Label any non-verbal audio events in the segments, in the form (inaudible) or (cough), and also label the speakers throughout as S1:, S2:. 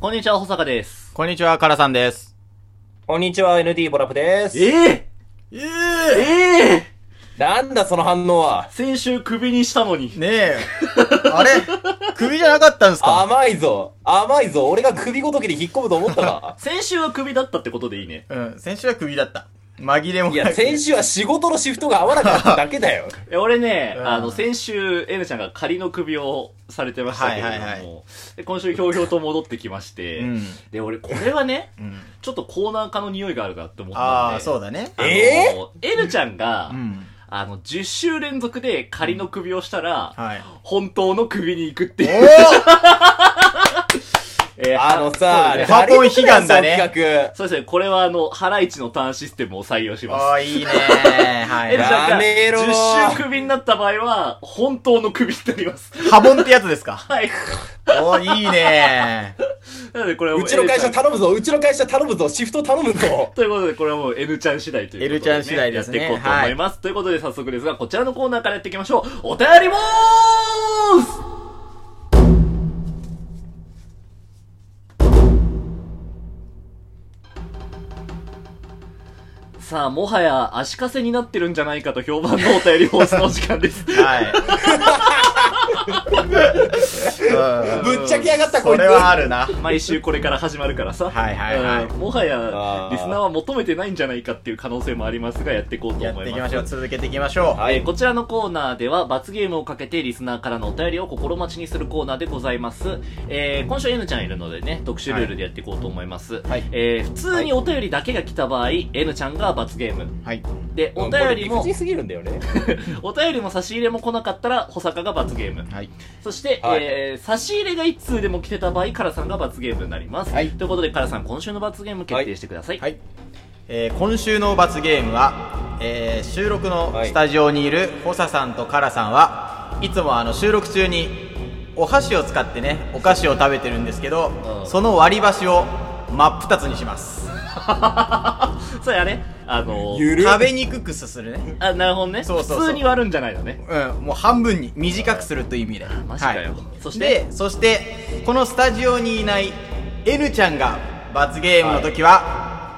S1: こんにちは、保坂です。
S2: こんにちは、カラさんです。
S3: こんにちは、ND ボラップです。
S1: え
S2: ええ
S1: えええ
S3: なんだその反応は。
S1: 先週クビにしたのに。
S2: ねえ。あれ首じゃなかったんですか
S3: 甘いぞ。甘いぞ。俺が首ごときで引っ込むと思っ
S2: (laughs)
S3: たか
S1: 先週はクビだったってことでいいね。
S2: うん、先週は首だった。紛れも
S3: い
S2: な
S3: や、
S2: く。
S3: 先週は仕事のシフトが合わなかっただけ
S2: (laughs)
S3: だよ。
S1: え俺ね、
S2: うん
S1: あの、先週、N ちゃんが仮のクビをされてましたけれども、
S2: はいはいは
S1: で今週ひょうひょうと戻ってきまして、
S2: うん。
S1: で、俺、これはね、
S2: (laughs) うん。
S1: ちょっとコーナー化の匂いがあるなって思ったんで。
S2: ああ、
S1: う。
S2: そうだね。
S1: あの、
S3: え
S1: N ちゃんが、
S2: うん。
S1: あの、10週連続で仮の首をしたら、
S2: はい。
S1: 本当の首に行くって
S2: お
S1: いう。
S2: ー
S1: えー
S3: あの
S2: そうだ
S3: さ、
S2: ね
S3: 誰も来ない
S2: ハポン悲願だね
S3: その企
S1: そうですね、これはあの、ハライチのターンシステムを採用します。
S2: あーいいねー。は
S1: え
S2: い
S1: じ
S3: 画。
S1: ゃあ
S2: は
S3: やめろ
S1: 10週クビになった場合は、本当のクビになります。 (laughs)
S2: い。ハボンってやつですか
S1: はい。
S2: おーいいねー。
S1: なのでこれはも
S3: うちの会社
S1: N ちゃん
S3: 頼むぞ。うちの会社頼むぞ。シフト頼
S2: (laughs)
S3: むぞ。
S1: ということで、これはもう N ちゃん次第ということで、ね。
S2: N ちゃん次第ですね
S1: やっていこうと思います。ということで、早速ですが、こちらのコーナーからやっていきましょう。お便りボースさあ、もはや足かせになってるんじゃないかと評判のお便りボースのお時間です。
S3: (laughs)
S2: はい。うん
S3: ぶっちゃけやがった、こ
S2: そ
S3: いつ
S2: れ。はあるな。
S1: 毎週これから始まるからさ。
S2: はいはいはい
S1: うんもはや
S3: あ、ー
S1: リスナーは求めてないんじゃないかっていう可能性もありますが、やっていこうと思い
S2: や
S1: ます。
S2: っていきましょう。続けていきましょう。
S3: は
S1: えー
S3: い。
S1: こちらのコーナーでは罰ゲームをかけてリスナーからのお便りを心待ちにするコーナーでございます、えー今週 N ちゃんいるのでね特殊ルールでやっていこうと思います、
S2: はい
S1: えー普通にお便りだけが来た場合、N ちゃんが罰ゲーム
S2: はい。
S1: でお
S3: これ
S1: 便りも
S3: 理不尽すぎるんだよね。
S1: お便りも差し入れも来なかったら保坂が罰ゲーム
S2: はい。
S1: そして、
S3: はい
S1: えー差し入れが1通でも来てた場合カラさんが罰ゲームになります、
S2: はい
S1: ということでカラさん今週の罰ゲーム決定してください、
S2: はい、えー今週の罰ゲームは、えー収録の
S3: はい
S2: スタジオにいるホサさんとカラさんはいつもあの収録中にお箸を使ってねお菓子を食べてるんですけど、
S1: うん
S2: その割り箸を真っ二つにします
S1: それあれあのー
S3: ゆる。
S2: 食べにくくすするね
S1: あなるほどね
S2: そうそうそう
S1: 普通に割るんじゃないのね
S2: うんもう半分に短くするという意味で
S1: マジかよ
S2: はい
S1: そして
S2: でそしてこのスタジオにいない N ちゃんが罰ゲームの時は、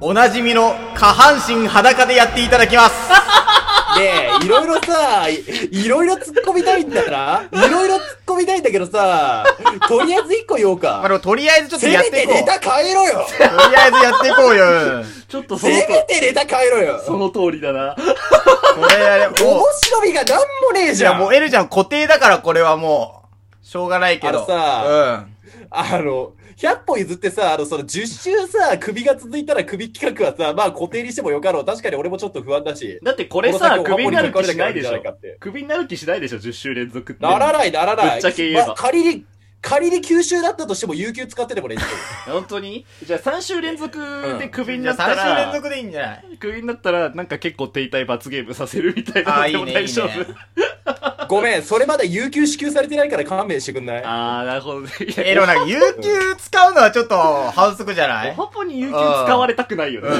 S2: おなじみの下半身裸でやっていただきます
S3: ねえ、いろいろさ、いいろいろ突っ込みたいんだから、いろいろ突っ込みたいんだけどさ、とりあえず一個言おう
S2: まあ
S3: か。
S2: でもとりあえずちょっと
S3: せ
S2: (laughs) やっ
S3: め
S2: てい
S3: て
S2: こう。
S3: ネタ変えろよ
S2: とりあえずやっていこうよ。
S1: ちょっとそ
S3: せ
S1: のと
S3: めてネタ変えろよ
S1: その通りだな。
S2: これやれ、
S3: 面
S2: も
S3: 白みがなんもねえ
S2: う、
S3: じ
S2: じゃ
S3: ゃ
S2: あ
S3: ん
S2: もうエルちゃん固定だからこれはもう、しょうがないけど。
S3: あのさ
S2: うん。
S3: あの、100歩譲ってさ、あの、その10週さ、首が続いたら首企画はさ、まあ固定にしてもよかろう。確かに俺もちょっと不安だし。
S1: だってこれ
S3: この
S1: さ、
S3: 先
S1: クビになる気しないでし
S3: お守りばっかりだからじゃな
S1: ょ
S3: いかって。
S1: クビになる気しないでしょ、10週連続って。
S3: ならない、ならない。
S1: ぶっちゃけ言えば
S3: まあ仮に、仮に9週だったとしても、有給使っててもね、一緒
S1: 本当にじゃあ3週連続でクビになった
S2: じゃあ3週連
S1: ら、
S2: 続でいいんじゃない
S1: クビになったらなんか結構停滞罰ゲームさせるみたい
S2: あ
S1: なの
S2: あ、い
S1: で
S2: い
S1: も
S2: ね、
S1: 大
S2: いいね
S1: 丈夫。。
S3: ごめん、それまだ有給支給されてないから勘弁してくんない
S1: あー、なるほどね。いや
S2: え、でもなんか、有給使うのはちょっと反則じゃない
S1: おはぽに有給使われたくないよ
S2: う
S1: ね。
S2: ん。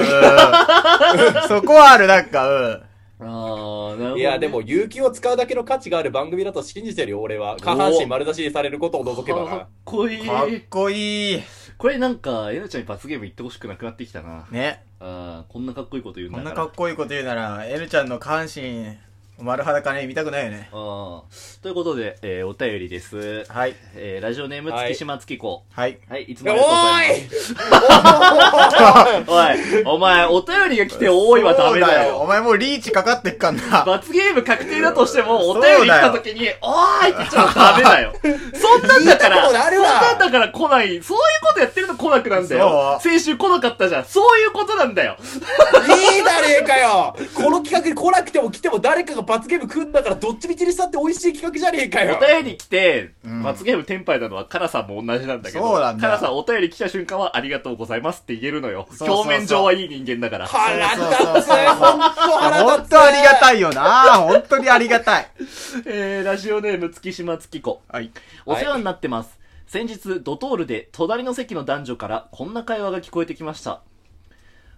S2: そこはある、なんか、うん。
S1: あー、なるほど、
S3: いや、でも、、有給を使うだけの価値がある番組だと信じてるよ、俺は。下半身丸出しにされることを除けば
S1: か
S3: な
S1: っ。こいい。
S2: かっこいい。
S1: これなんか、えなちゃんに罰ゲーム言ってほしくなくなってきたな。
S2: ね。
S1: あー、こんなかっこいいこと言うん
S2: こ
S1: だ
S2: ん
S1: か
S2: な
S1: ら。
S2: かっこいいこと言うなら、エルちゃんの下半身、丸裸ね、見たくないよね。
S1: あーということで、えーお便りです。
S2: はい。
S1: えーラジオネーム、
S3: はい
S1: 月島月子。
S2: はい。
S1: はい、いつ
S3: お
S1: もあり
S3: い
S1: がとうございます。おい、お前、お便りが来て多いはダメ
S2: そう
S1: だよ。
S2: お前もうリーチかかってっかんな。
S1: (laughs) 罰ゲーム確定だとしても、お
S2: そ
S1: 便
S2: うだよ
S1: り来た時に、おーいって言っちゃダメだよ。そんなんだか
S3: 言いた
S1: ら、
S3: いこ
S1: そん
S3: とあるわ
S1: なんだから来ない、そういうことやってると来なくなんだよ。
S2: そ
S1: 先週来なかったじゃん。そういうことなんだよ。
S3: いいだねえかよこの企画に来なくても来ても誰かが罰ゲーム来んだからどっちみちにしたって美味しい企画じゃねえかよ
S1: お便り来て、
S2: うん
S1: 罰ゲームテンパイなのはカラさんも同じなんだけど、
S2: そうなんだ
S1: カラさんお便り来た瞬間はありがとうございますって言えるのよ。
S2: そうそうそう
S1: 表面上はいい人間だから。
S3: 腹立
S2: そうそう
S3: つ
S2: そうそう
S3: ほんと腹
S2: 本
S3: 立つ
S2: 当ありがたいよな本当にありがたい。
S1: えー、ラジオネーム月島月子。
S2: はい。
S1: お世話になってます、先日ドトールで隣の席の男女からこんな会話が聞こえてきました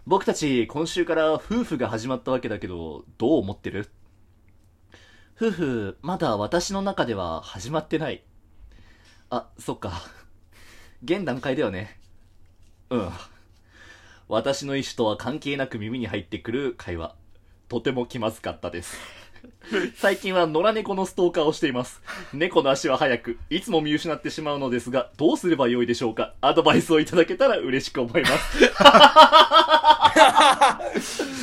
S1: 僕たち今週から夫婦が始まったわけだけどどう思ってる夫婦まだ私の中では始まってないあそっか現段階ではね。うん。私の意思とは関係なく耳に入ってくる会話。とても気まずかったです。 (laughs) 最近は野良猫のストーカーをしています。猫の足は速く、いつも見失ってしまうのですが、どうすればよいでしょうかアドバイスをいただけたら嬉しく思い
S2: (laughs)
S1: ます。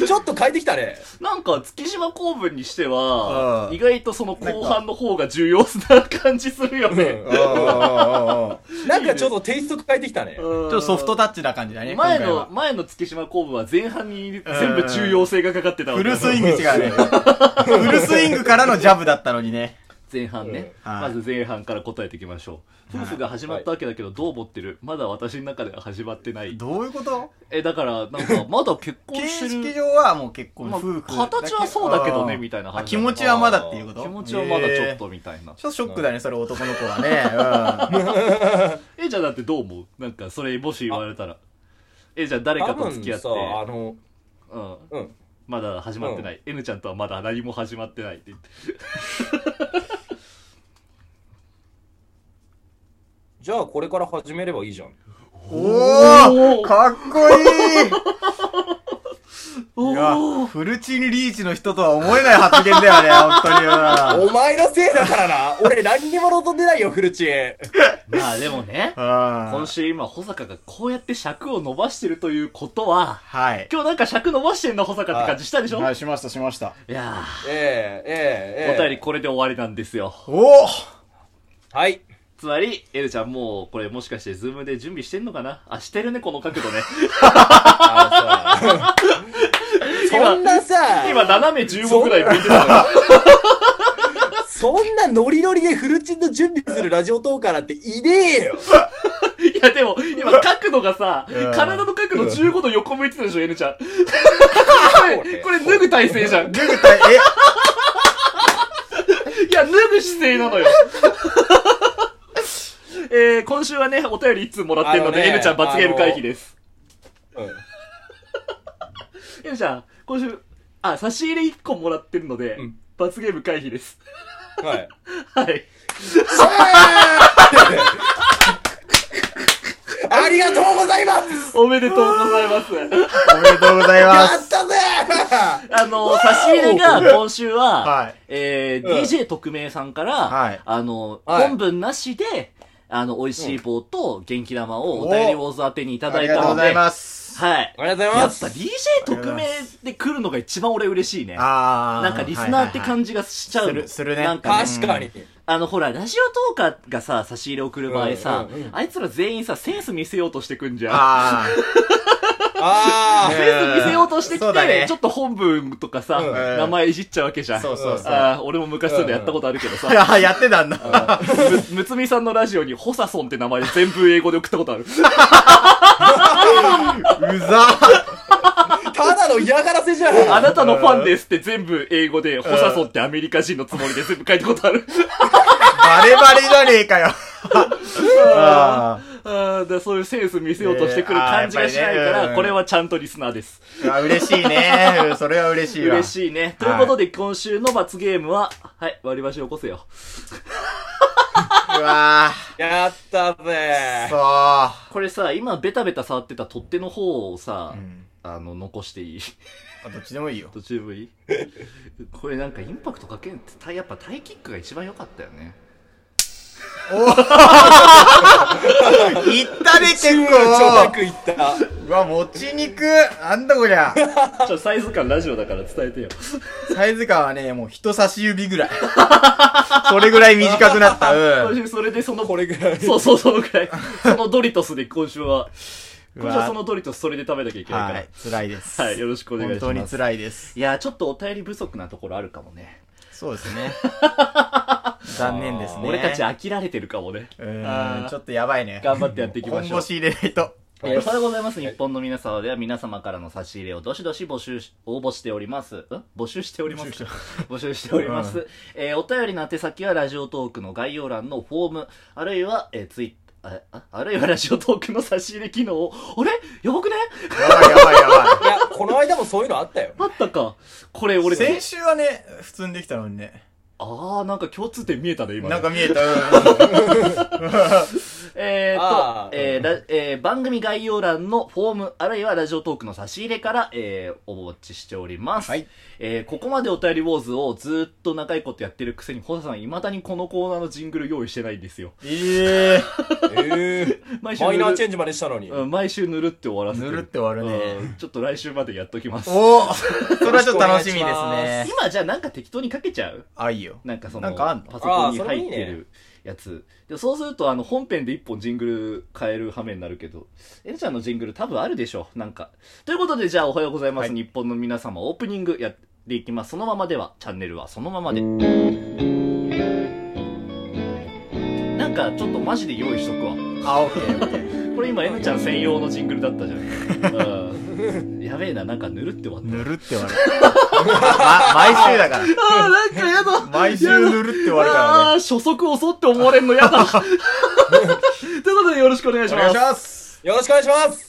S3: ちょっと変えてきたね。
S1: なんか、月島公文にしては
S2: う、ん
S1: 意外とその後半の方が重要な感じするよね。
S2: うんうんうんうん
S3: なんかちょっとテイスト変えてきたね。
S2: ちょ
S1: ょ
S2: っとソフトタッチな感じだね。
S1: 前
S2: 今回
S1: の
S2: は、
S1: 前の月島公文は前半に全部重要性がかかってたわ
S2: フ
S1: け
S2: ルスイング違
S1: (laughs)
S2: うね。フルスイングからのジャブだったのにね。
S1: 前半ね、
S2: うんはい
S1: まず前半から答えていきましょう、夫婦が始まったわけだけどどう思ってるまだ私の中では始まってない
S2: どういうこと
S1: えだからなんかまだ結婚
S2: 形
S1: して
S2: 式
S1: る
S2: 上はもう結婚、
S1: まあ
S2: 夫婦だけ。
S1: 形はそうだけどね
S2: うん
S1: みたいな話
S2: あ気持ちはまだっていうこと
S1: 気持ちはまだちょっ。
S2: へー
S1: とみたいな
S2: ちょっとショックだね、それ男の子はね。うん
S1: えじゃあだってどう思うなんかそれもし言われたらえじゃあ誰
S3: 多
S1: かと
S3: 分
S1: 付き合って
S3: さ、あの、
S1: うん、
S3: うん。
S1: まだ始まってない、N ちゃんとはまだ何も始まってないって言って
S3: じゃあこれから始めればいいじゃん。
S2: お
S1: おー
S2: ーかっこいいいや
S1: おー、
S2: フルチンリーチの人とは思えない発言だよね、本当には。
S3: お前のせいだからな。俺何にも望んでないよ、フルチン。
S1: まあでも (laughs) ね
S2: う
S1: 今
S2: ん
S1: 週今保坂がこうやって尺を伸ばしてるということは
S2: はい。
S1: 今日なんか尺伸ばしてんな保坂って感じしたでしょ、、
S2: はいい、しました、しました。
S1: や
S3: ええええ
S1: ー、
S3: ええ
S1: お便りこれで終わりなんですよ。
S2: おお
S3: はい。
S1: つまり、エルちゃんもうこれもしかしてズームで準備してんのかなあ、してるね、この角 (laughs) 度ね。
S3: あのさそんなさ、
S1: 今斜め15ぐらい向いてたのよ。
S3: そんなノリノリでフルチンの準備するラジオトーカーなんていねえよ。
S1: いやでも、今角度がさ、
S2: うん
S1: 体の角度15度横向いてたでしょ、エルちゃん。これ、これ脱ぐ体勢じゃん。い
S2: ルグ対、え、
S1: や、脱ぐ姿勢なのよ。 (laughs) えー、今週はね、お便り1通もらってるの
S3: あの
S1: で、
S3: ね
S1: エルちゃん罰ゲーム会議です。
S3: うん
S1: エルちゃん、今週、あ、差し入れ1個もらってるので、
S3: うん
S1: 罰ゲーム回避です。 (laughs)
S3: はい。
S1: はい。
S3: (laughs) ありがとうございます
S1: おめでとうございます。
S2: おめでとうございま
S3: やっ
S2: す。
S3: たぜ
S1: あの、差し入れが今週は、
S2: はい
S1: えー、
S3: うん
S1: DJ 特命さんから、
S2: はい
S1: あの、
S3: はい
S1: 本文なしで、あの、美味しい棒と元気玉をお便りウォーズ宛てにいた
S2: あ
S1: だ
S2: り
S1: い
S2: が
S1: た
S2: とうご
S1: の
S2: ざい
S1: で、
S2: ま
S1: は
S2: す。
S1: い。
S3: ありがとうござい
S1: や
S3: ま
S1: っ
S3: す
S1: ぱ DJ 特命で来るのが一番俺嬉しいね。
S2: あー。
S1: なんかリスナーって
S2: じ。
S1: 感じがしちゃうの、
S2: はいはいはいするするね
S1: なんかね、
S3: 確かに。
S1: あの、ほら、ラジオトーカーがさ、差し入れ送る場合さ、
S3: うんうんうん
S1: あいつら全員さ、センス見せようとしてくんじゃん。
S2: あ
S3: あ
S2: ね
S3: あ。
S1: センス見せようとしてき
S2: そうだ
S1: て、
S2: ね
S1: ちょっと本文とかさ、
S3: うん
S1: 名前いじっちゃうわけじゃ
S2: あ。
S1: ん。
S2: そうそうそう。あ
S1: あー俺も昔そういうのやったことあるけどさ、
S2: ー (laughs) やってたんだ。
S1: むむつみさんのラジオにホサソンって名前で全部英語で送ったことある。
S2: うざ
S3: ただの嫌がらせじゃん。
S1: あなたのファンですって全部英語で、ホサソンってアメリカ人のつもりで全部書いたことある。
S2: バレバレじゃねえかよ。あ
S1: あーだそういうセンス見せようとしてくる感じがしないか
S2: えーあーやっぱ
S1: ら、
S2: りねうん
S1: これはちゃんとリスナーです。
S2: ーあ嬉しいね。うんそれは嬉しいわ。
S1: 嬉しいね。ということで、今週の罰ゲームは、はい、割り箸を起こせよ。
S2: うわ
S3: やった
S2: ー。
S3: ぜ
S2: そう。あ
S1: これさ、今ベタベタ触ってた取っ手の方をさ、
S2: ん
S1: あの、残していい
S2: どっちでもいいよ。
S1: 途中部い (laughs) いこれなんかインパクトかけんって、たやっぱタイキックが一番良かったよね。
S2: いったね、結
S3: 超
S2: 構
S3: 楽いった。
S2: うわ、持ち肉なんだこりゃ
S1: ちょ、サイズ感ラジオだから伝えてよ。
S2: サイズ感はね、もう人差し指ぐらい。 (laughs) それぐらい短くなった。
S1: 今
S2: うん。
S1: 週それでその、
S3: これぐらい。
S1: そうそう、そのくらい。そのドリトスで今週 (laughs) は、今週はそのドリトスそれで食べなきゃいけない
S2: は
S1: か
S2: い、辛いです。
S1: ら。はい、よろしくお願い
S2: 本
S1: し
S2: 当に
S1: ます。
S2: 辛いです。
S1: いやー、ちょっとお便り不足なところあるかもね。
S2: そうです
S1: (laughs)
S2: ね。残念ですね。
S1: 俺たち飽きられてるかもね。
S2: う
S1: あ
S2: ー
S1: ー
S2: ん、ちょっとやばいね。
S1: 頑張ってやっていきま
S2: 本
S1: しょう。
S2: 腰入れないと。
S1: えー、さようございます。日本の皆様では皆様からの差し入れをどしどし募集し、応募しております。ん募集しております。 (laughs) 募集しております。えーお便りの宛先はラジオトークの概要欄のフォーム、あるいは、えーツイッあああるいはラ (laughs) ジオトークの差し入れ機能を、あれやばくね
S2: やばいやばいやば
S3: いや、この間もそういうのあったよ。
S1: あったか。これ
S2: い。
S1: 俺、
S2: 先週はね、普通にできたのにね。
S1: あー、なんか共通点見えたね、今ね、 (laughs)
S2: なんか見えた。うん
S1: えー
S3: あ
S1: と
S3: ー、
S1: えーらえー番組概要欄のフォーム、あるいはラジオトークの差し入れから、えーお待ちしております。
S2: はい
S1: えーここまでお便りウォーズをずーっと長いことやってるくせに、ホ田さん、未だにこのコーナーのジングル用意してないんですよ。
S2: ええ
S3: え
S1: 毎
S3: ー、
S1: 週塗
S3: マ
S1: る
S3: イナーチェンジまでしたのに。
S1: うん毎週ぬるって終わらせて
S2: ぬるって終わるね
S1: うんちょっと来週までやっときます。
S2: おおそれはちょっと楽しみです
S3: よろしくお願
S2: ね。
S1: 今じゃあなんか適当にかけちゃう
S2: あ、いいよ。
S1: なんかその、
S2: なんかあんの
S1: パソコンに
S3: あーそれ
S1: 入
S3: い
S1: っ
S3: い
S1: て
S3: ね
S1: るやつ。でそうすると、あの、本編で一本ジングル変える羽目になるけど、エルちゃんのジングル多分あるでしょう、なんか。ということで、じゃあ、おはようございます、
S2: はい
S1: 日本の皆様、オープニングやっていきます。そのままでは、チャンネルはそのままで。なんか、ちょっとマジで用意しとくわ。
S2: あ、オッケーオッケー。
S1: これ今、エルちゃん専用のジングルだ
S2: (laughs)
S1: ったじゃん。うんやべえな、なんかぬるって終わった。
S2: ぬるって終わる。 (laughs) ま、毎週だか
S1: あ
S2: ら。
S1: ー、なんかやだ
S2: 毎週ぬるって終わるから
S1: あ
S2: ね。
S1: あ、初速遅
S2: (laughs)
S1: って思われんのやだ。ということでよろしくお願いし
S2: お
S1: ま
S2: 願い
S1: す
S2: し。ます
S3: よろしくお願いします